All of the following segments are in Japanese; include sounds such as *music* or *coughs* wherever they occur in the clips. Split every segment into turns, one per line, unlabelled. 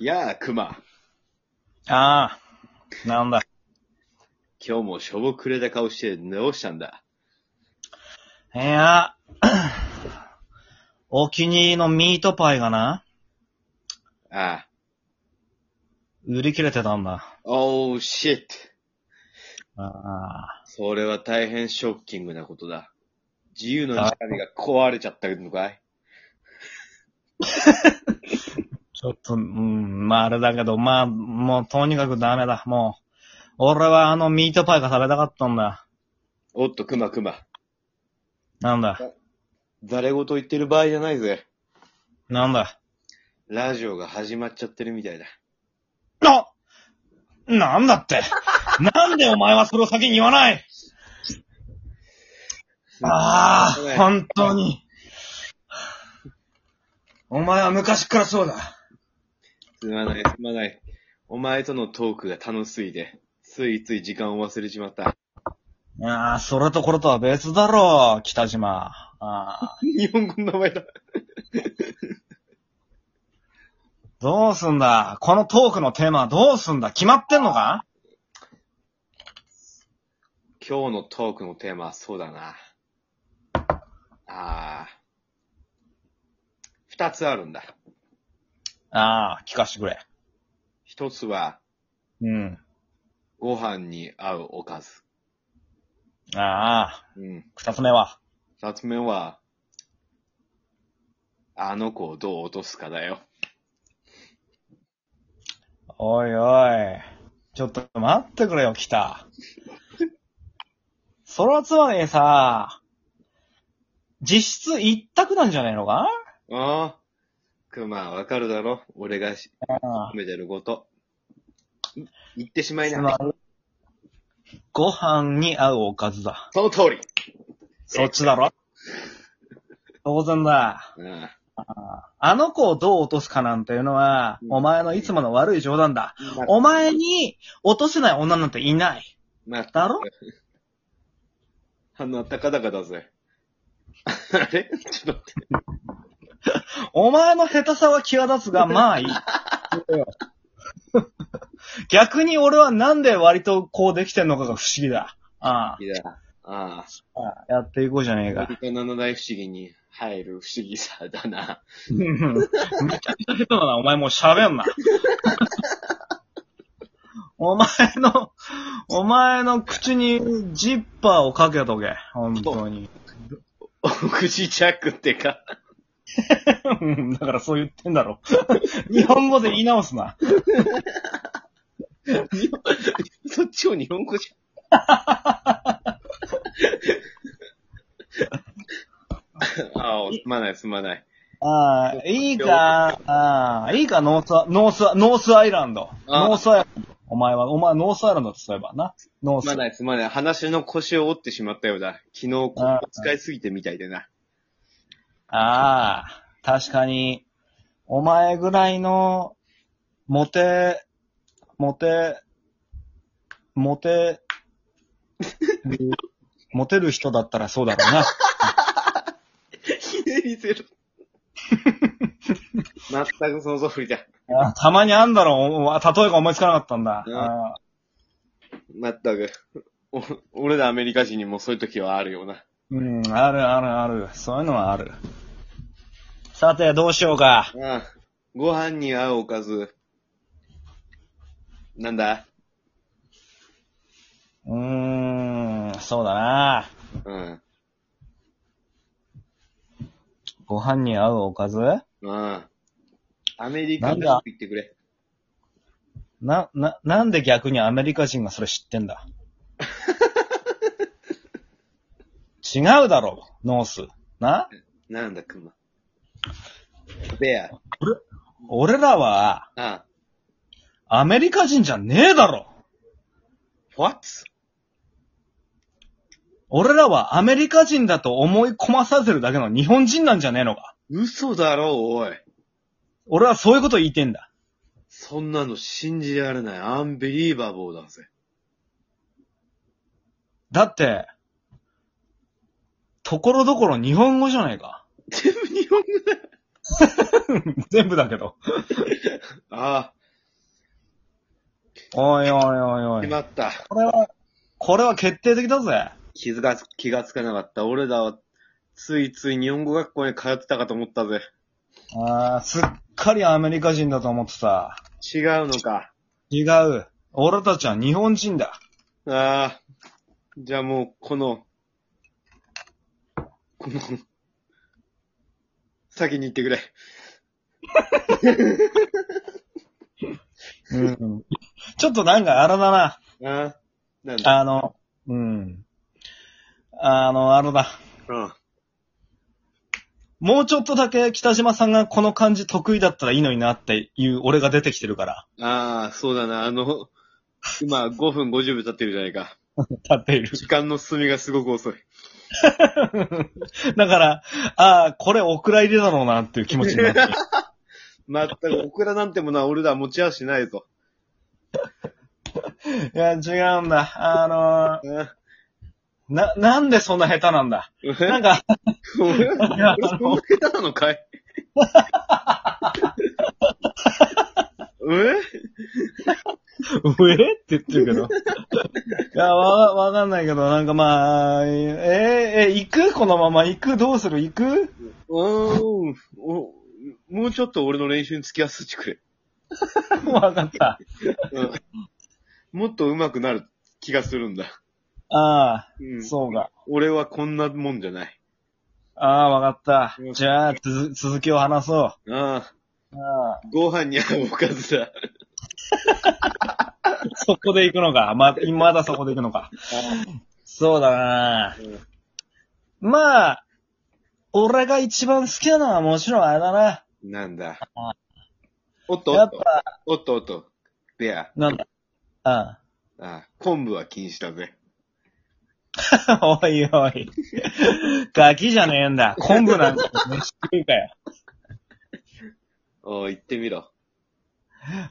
やあ、熊。
ああ、なんだ。
今日もしょぼくれた顔してどうしたんだ
いや、 *coughs* お気に入りのミートパイがな、
ああ。
売り切れてたんだ。
おう、シット。
ああ、
それは大変ショッキングなことだ。自由の女神が壊れちゃったのかい
ちょっと、うん、まああれだけど、まあ、もうとにかくダメだ、もう。俺はあのミートパイが食べたかったんだ。
おっと、熊熊。
なんだ、
誰ごと言ってる場合じゃないぜ。
なんだ。
ラジオが始まっちゃってるみたいだ。
あなんだって *laughs* なんでお前はそれを先に言わないああ、本当に。お前は昔からそうだ。
すまない、すまない。お前とのトークが楽しすぎて、ついつい時間を忘れちまった。 *laughs*
いやー、それとこれとは別だろう、北島。あー
日本語の名前だ。
どうすんだこのトークのテーマはどうすんだ決まってんのか
今日のトークのテーマはそうだな。ああ。二つあるんだ。
ああ、聞かしてくれ。
一つは、
うん。
ご飯に合うおかず。
ああ、
うん。
二つ目は。
二つ目は、あの子をどう落とすかだよ。
おいおい。ちょっと待ってくれよ、北。 *laughs* それはつまりさ、実質一択なんじゃないのか
ああ。くま、わかるだろ俺がし
うん
褒めてること。い言ってしまい
つ
な
ま。りご飯に合うおかずだ。
その通り。
そっちだ *laughs* ろ当然だ。
うん。
あの子をどう落とすかなんていうのは、
うん
お前のいつもの悪い冗談だ。お前に落とせない女なんていない。
まあ、
だろ
あの、たかだかだぜ。 *laughs* あれちょっと待って。
お前の下手さは際立つが、ま *laughs* あいい。逆に俺はなんで割とこうできてんのかが不思議だ。あ
いや、ああ。
あああ、やっていこうじゃ
ア
ねえ
メ
か
リ。カ七大不思議に入る不思議さだな。 *laughs*
うん *laughs* めちゃくちゃ下手だな、お前もう喋んな。 *laughs* お前の、お前の口にジッパーをかけとけ、本当に。
お口チャックってか。 *laughs*
うんだからそう言ってんだろ。 *laughs* 日本語で言い直すな。
そっちを日本語じゃん。 *laughs* ああ、すまない、すまない。
ああ、いいか、ああ、いいか、ノースア、ノースア、ノースアイランド。
あ
ノースアイランド。お前は、お前、ノースアイランドってそういえばな。ノー
すま
ス。
ない、すまない。話の腰を折ってしまったようだ。昨日、ここ使いすぎてみたいでな。
ああ、確かに、お前ぐらいの、モテ、モテ、モテ、モテる人だったらそうだろうな。
ひねりゼロ。 *laughs* 全くその通りだ。 *laughs*
あたまにあんだろお、お例えが思いつかなかったんだ。
うん
ああ
全く。お俺らアメリカ人にもそういう時はあるよな。
うん、あるあるある。そういうのはある。さて、どうしようか。
ああご飯に合うおかず。なんだ
うーん、そうだな。
うん。
ご飯に合うおかず
うん。アメリカンダック言ってくれ。
な、な、なんで逆にアメリカ人がそれ知ってんだ違うだろ、ノース。な
なんだ、クマ。ベア。あ
俺らは、
あ。
アメリカ人じゃねえだろ
What?
俺らはアメリカ人だと思い込まさせるだけの日本人なんじゃねえのか
嘘だろ、おい。
俺はそういうこと言いてんだ。
そんなの信じられない。アンビリーバボーだぜ。
だって、ところどころ日本語じゃないか。
全部日本語だ。
全部だけど。
あ
おいおいおい
あ、
おい
決。まった。
これは、これは決定的だぜ。
気づかつ、気がつかなかった。俺らは、ついつい日本語学校に通ってたかと思ったぜ。
ああ、すっかりアメリカ人だと思ってた。
違うのか。
違う。俺たちは日本人だ。
ああ、じゃあもう、この、この、先に行ってくれ。
うん。ちょっとなんかあれだな。
ああ、なんだ。
あの、うん。あの、あれだ。
うん。
もうちょっとだけ北島さんがこの感じ得意だったらいいのになっていう俺が出てきてるから。
ああ、そうだな。あの、今5分50秒経ってるじゃないか。
立っている。
時間の進みがすごく遅い。
*laughs* だから、ああ、これお蔵入りだろうなっていう気持ちになって
*laughs*
る。
まったく、オクラなんてものは俺ら持ち合わしないぞ。
いや、違うんだ。あ
うん
の、な、なんでそんな下手なんだ。なんか、 *laughs*
俺ら、俺そんな下手なのかいえ
上って言って
*laughs*
るけど。いや、わ、わかんないけど、なんかまあ、えー、え行くこのまま行くどうする行く *laughs*
おーおもうちょっと俺の練習に付き合わせてくれ。
わかった。
うん、もっと上手くなる気がするんだ。
ああ、
うん、
そうか。
俺はこんなもんじゃない。
ああ、わかった。じゃあ、つづ、続きを話そ
ああ、
う。ああ、
ご飯に合うおかずだ。
そこで行くのか。ま、まだそこで行くのか。そうだな
うん
まあ、俺が一番好きなのはもちろんあれだな。
なんだ
あ。
おっとお
やっ
っと、
ぱ、
おっとおっと、ベア、
なんだ。あ *laughs*
ああ昆布は禁止だぜ。
あ。おいおい。ガキじゃねえんだ。昆布なんか飯食うかよ。
おい、言ってみろ。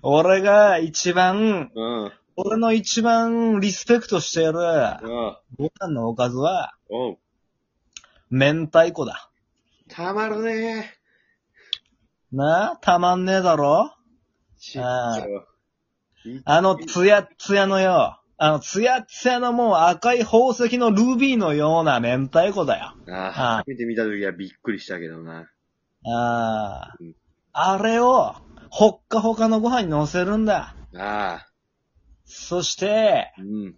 俺が一番、
うん、うん、
俺の一番リスペクトしてるご飯のおかずは、
おう。
明太子だ。
たまるね
なあ、たまんねえだろ
ー。ちっち
ああ
ゃよ。
あの、ツヤッツヤのよ。あの、ツヤッツヤのもう赤い宝石のルビーのような明太子だよ。あ
あ
あ
あ、初めて見たときはびっくりしたけどな。
ああ
うん。
あれを、ほっかほかのご飯に乗せるんだ。
ああ、
そして、
うん、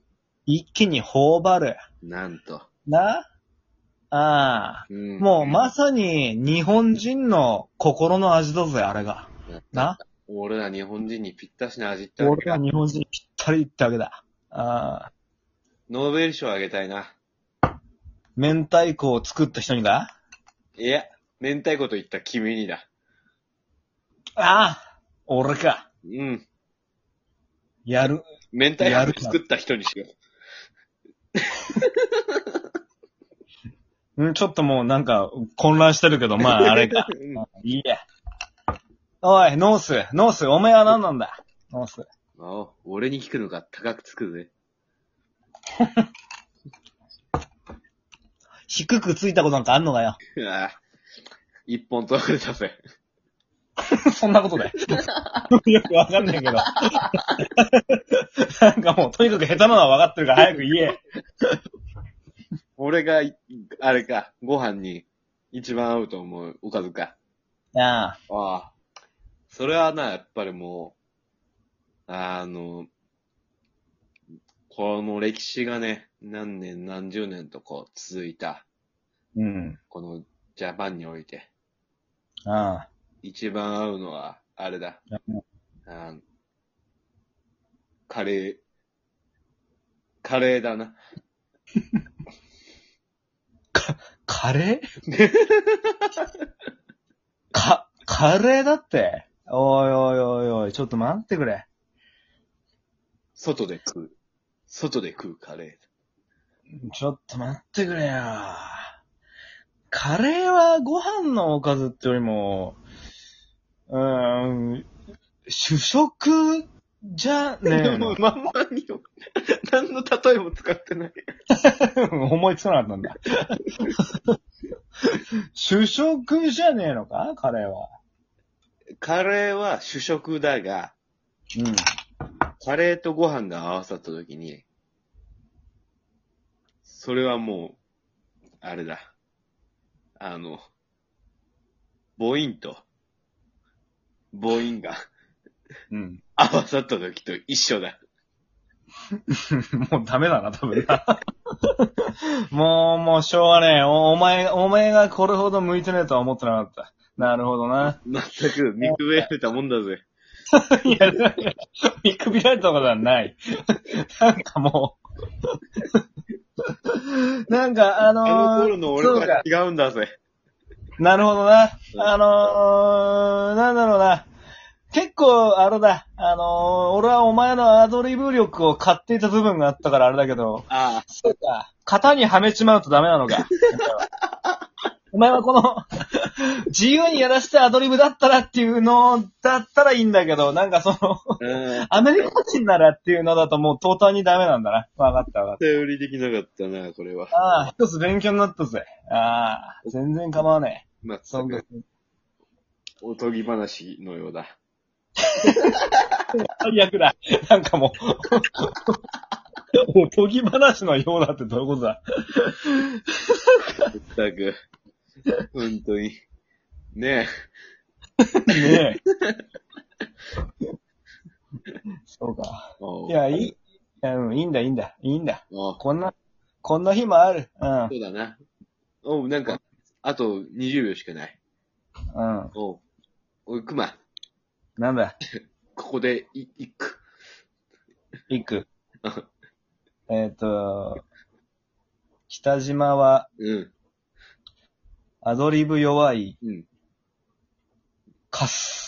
一気に頬張る。
なんと。
なああ。
うん、
もうまさに日本人の心の味だぜ、あれが。な
俺ら日本人にぴったしな味ってわ
俺
けだ
は日本人にぴったりってわけだ。ああ。
ノーベル賞あげたいな。
明太子を作った人にか
いや、明太子と言った君にだ。
ああ俺か。
うん。
やる。
明太
やる
子
な
作った人にしよう。
うん、ちょっともうなんか混乱してるけど、ま
*laughs*
ああれか。
うん
いいや。おい、ノース、ノース、おめえは何なんだノース。
ああ、俺に聞くのか高くつくぜ。
低くついたことなんかあんのかよ。
ああ一本取られたぜ。
そんなことで。 *laughs* よくわかんないけど。 *laughs* なんかもう、とにかく下手なのはわかってるから早く言え。
俺が、いあれか、ご飯に一番合うと思うおかずか。
ああ、
ああ。それはな、やっぱりもう、あの、この歴史がね、何年何十年とこう続いた、
うん。
このジャパンにおいて、
あ
一番合うのは、あれだ、
あ。
あのカレー、カレーだな。
カレーか、カレーだって。おいおいおいおい、ちょっと待ってくれ。
外で食う。外で食うカレ
ちょっと待ってくれよ。カレーはご飯のおかずってよりも、うーん、主食じゃ
ー。
ね
も
えの
う。 *laughs* まんまによ。何の例えも使ってない。
思いつかなかったんだ。 *laughs* 主食じゃねえのかカレーは。
カレーは主食だが、
うん。
カレーとご飯が合わさった時に、それはもう、あれだ。あの、母音と、母音が *laughs*
うん。 *laughs*
合わさった時と一緒だ。
もうダメだな、多分な。 *laughs* もう、もうしょうがねえ。おお前、お前がこれほど向いてねえとは思ってなかった。なるほどな。
まったく見くべられたもんだぜ。
いや、なんか見くびられたことはない。なんかもう。なんか、あのー
あの頃の俺と
そうか
は違うんだぜ。
なるほどな。あのー、なんだろうな。結構、あれだ。あのー、俺はお前のアドリブ力を買っていた部分があったからあれだけど、
あ
そうか。型にはめちまうとダメなの *laughs* か。お前はこの、自由にやらせてアドリブだったらっていうのだったらいいんだけど、なんかその、
あ、うん。
アメリカ人ならっていうのだともうトータルにダメなんだな。わかったわかっ
頼りできなかったな、これは
た。。ああ、一つ勉強になったぜ。ああ、全然構わねえ。
まっ
そ
た
んな
く、おとぎ話のようだ。
最悪だ。 *laughs* なんかもう *laughs* 、おとぎ話のようだってどういうことだ。
まったく、本当に。ねえ。
ねえ。 *laughs* そうか。
おう
いや、いい、いやうん、いいんだ、いいんだ、いいんだ。
おう
こんな、こんな日もある。う
*laughs*
ん、
そうだな。おう、なんか、あと20秒しかない。
うん。
おう。おい、熊、
なんだ、
ここで、い、いく。
いく。
あ
えっ、と、北島は
うん、
アドリブ弱い
うん。
カス。